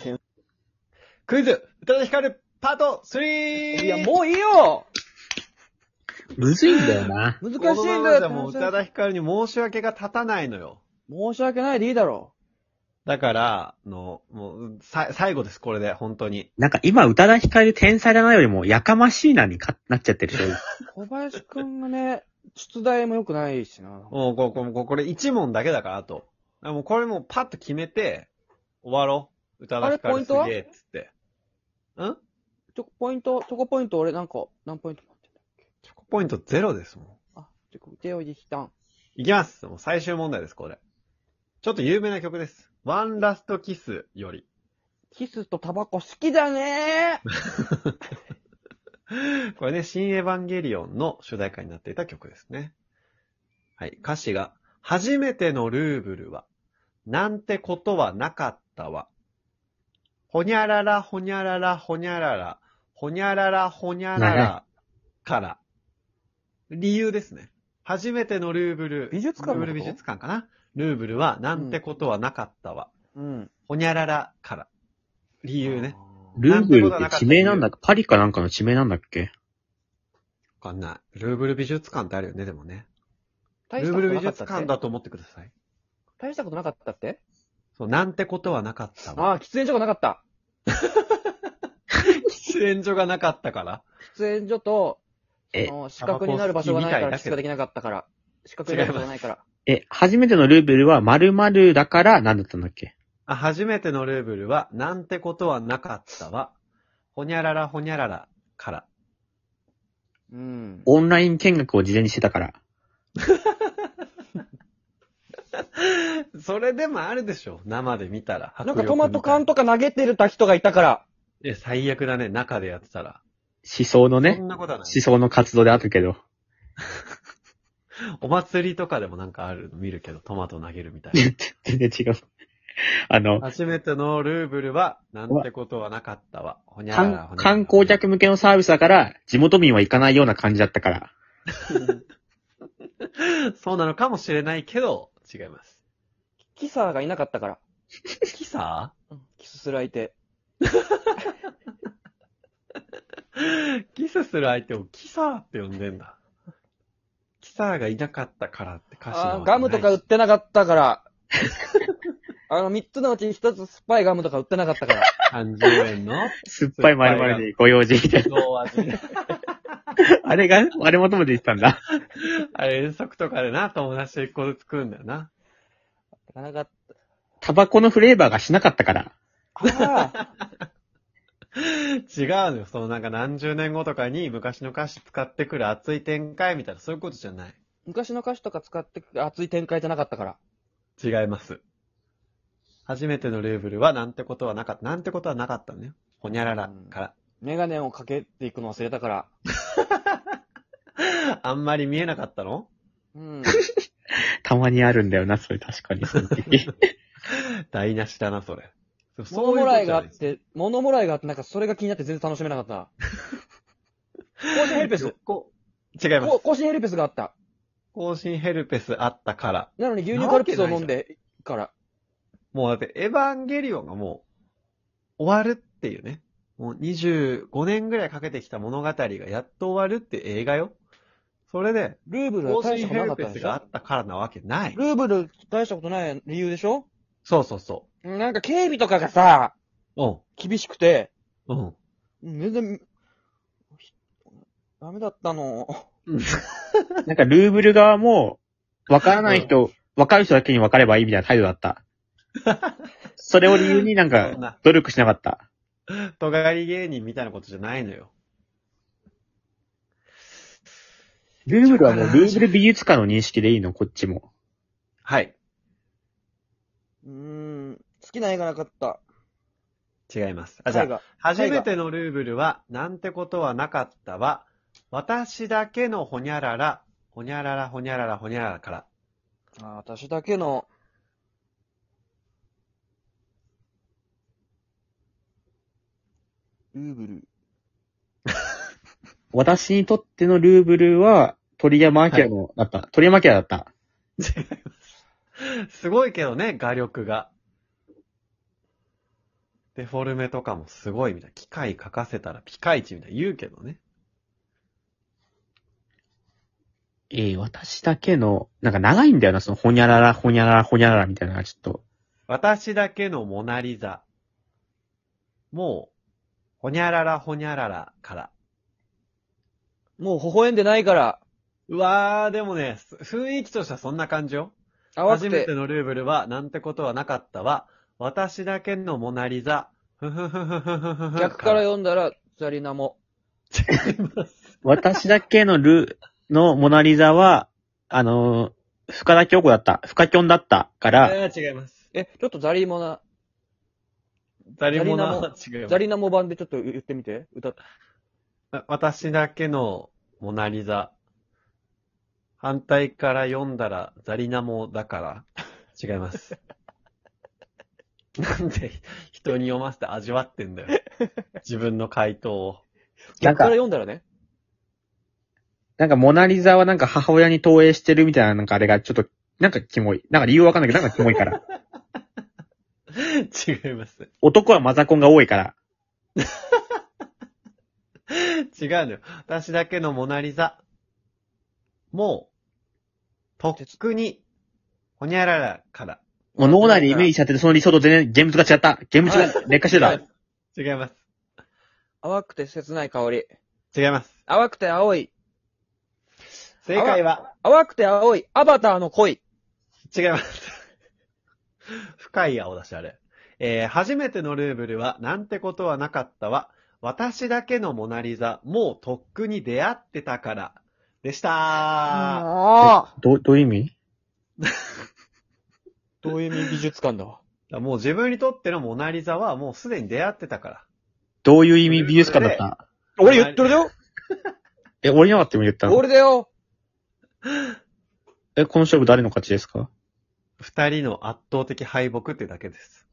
せん。クイズ宇多田ヒカルパート 3! いや、もういいよむずいんだよな。難しいんこのままだじゃよもう宇多田ヒカルに申し訳が立たないのよ。申し訳ないでいいだろだから、あの、もう、さ、最後です、これで、本当に。なんか今、宇多田ヒカル天才だなよりも、やかましいなにかなっちゃってる人。う。小林くんがね、出題も良くないしな。もう、ここここれ一問だけだから、あと。あもうこれもうパッと決めて、終わろう。宇多田ヒカあれポイルンすトはげえ、っつって。んチョコポイント、チョコポイント俺なんか、何ポイント持ってんだチョコポイントゼロですもん。あ、チョコ、手を引きたん。いきます。もう最終問題です、これ。ちょっと有名な曲です。ワンラストキスより。キスとタバコ好きだねー これね、新エヴァンゲリオンの主題歌になっていた曲ですね。はい。歌詞が、初めてのルーブルは、なんてことはなかったわ。ほにゃらら、ほにゃらら、ほにゃらら、ほにゃらら、ほにゃらら、から。理由ですね。初めてのルーブル。美術館のことルーブル美術館かな。ルーブルは、なんてことはなかったわ。うん。ほにゃららから。理由ね。。ルーブルって地名なんだっけパリかなんかの地名なんだっけわかんない。ルーブル美術館ってあるよね、でもね。大しルーたブこルと美なかっ術たって館だと思ってください。大したことなかったってそう、なんてことはなかったわ。ああ、喫煙所がなかった。 喫煙所がなかったから。喫煙所と、えその四角になる場所がないから、しかできなかったから。四角になる場所がないから。え、初めてのルーブルは〇〇だから、なんだったんだっけあ、初めてのルーブルは、なんてことはなかったわ。ほにゃららほにゃららから。 うん。オンライン見学を事前にしてたから。それでもあるでしょ。生で見たら。なんかトマト缶と。とか投げてるた人がいたから。え、最悪だね。中でやってたら。思想のそね、んなことはない。思想の活動であるけど。お祭りとかでもなんかあるの見るけど、トマト投げるみたい な。全然違う。あの、初めてのルーブルは、なんてことはなかったわ。ほにゃららほに観ゃらら観光客向けのサービスだから、地元民は行かないような感じだったから。 そうなのかもしれないけど、違います。キサーがいなかったから。キサキスする相手。ー キスする相手をキサーって呼んでんだ。キサーがいなかったからって歌詞あのーガムとか売ってなかったから。 あの、三つのうち一つ酸っぱいガムとか売ってなかったから。 30円の酸っぱい〇〇でご用事みたいな。どう味。 あれが、あれ求めて言ってたんだ。あれ、遠足とかでな、友達と一個ずつ食うんだよな。なかなかタバコのフレーバーがしなかったから。あ違うのよ。そのなんか何十年後とかに昔の歌詞使ってくる熱い展開みたいな、そういうことじゃない。 昔の歌詞とか使って熱い展開じゃなかったから。違います。初めてのルーブルはなんてことはなかった。なんてことはなかったのね。ほにゃららから。メガネをかけていくの忘れたから。あんまり見えなかったの うん。たまにあるんだよな、それ確かに。そ の時台無しだな、それ。そ物もらいがあっ。そううて、物もらいがあって、なんかそれが気になって全然楽しめなかった。更新ヘルこペとじゃないス。こ違いますこ。更新ヘルペスがあった。更新ヘルペスあったから。なのに牛乳カルピスを飲んでから。もうだって、エヴァンゲリオンがもう、終わるっていうね。もう25年ぐらいかけてきた物語がやっと終わるって映画よ。それで、ルーブルは更大し新たこヘとルなかったペんスでしがあょったからなわけないル。ーブル大したことない理由でしょそうそうそなんか警備とかがさ、う。厳しくて、うん。うん。全然、ダメだったの。なんかルーブル側も、わからない人、わかる人だけにわかればいいみたいな態度だった。それを理由になんそんなか、努力しなかった。とがり芸人みたいなことじゃないのよ。ルーブルはもうルーブル美術館の認識でいいの、こっちも。はい。うーん、好きな映画なかった。違います。あ、じゃあ絵、画初めてのルーブルは、なんてことはなかったわ。私だけのほにゃらら、ほにゃららほにゃららほにゃららから。あー私だけの、ルーブル。私にとってのルーブルは、鳥山明の、だった。鳥山明だった。 すごいけどね、画力が。デフォルメとかもすごいみたいな。機械書かせたらピカイチみたいな言うけどね。えー、私だけの、なんか長いんだよな、その、ほにゃらら、ほにゃらら、ほにゃららみたいなのがちょっと。私だけのモナリザ。もう、ほにゃららほにゃららから。もう微笑んでないから、うわー、でもね、す雰囲気としてはそんな感じよ。淡初くめてて。のルーブルは、なんてことはなかったわ。私だけのモナリザ。ふふふふふふふ逆から読んだら、ザリナも。 私だけのル、のモナリザは、あのー深田京子だった。深きょんだったから、えー違います。え、ちょっとザリモナ、ザリモナザリは違いナまザす。リナモ版でちょっと言ってみて。歌って。私だけのモナリザ。反対から読んだらザリナモだから。違います。なんで人に読ませて味わってんだよ。自分の回答を。なん逆か、から読んだらね。なんかモナリザはなんか母親に投影してるみたいな、なんかあれがちょっと、なんかキモい。なんか理由わかんないけど、なんかキモい から。違います。男はマザコンが多いから。違うのよ。私だけのモナリザ。もう、とっくに、ほにゃららから。もう脳内でイメージしちゃってて、その理想と全然、現物が違った。現物が劣化してた。違います。淡くて切ない香り。違います。淡くて青い。正解は、淡くて青い。アバターの恋。違います。深い青だし、あれ。えー、初めてのルーブルは、なんてことはなかったわ。私だけのモナリザ、もうとっくに出会ってたから。でしたー。ああ。どう、どういう意味どういう意味美術館だわ。もう自分にとってのモナリザは、もうすでに出会ってたから。どういう意味美術館だった俺言ってるだよえ、俺なかったも言ったの俺だよえ、この勝負誰の勝ちですか二人の圧倒的敗北ってだけです。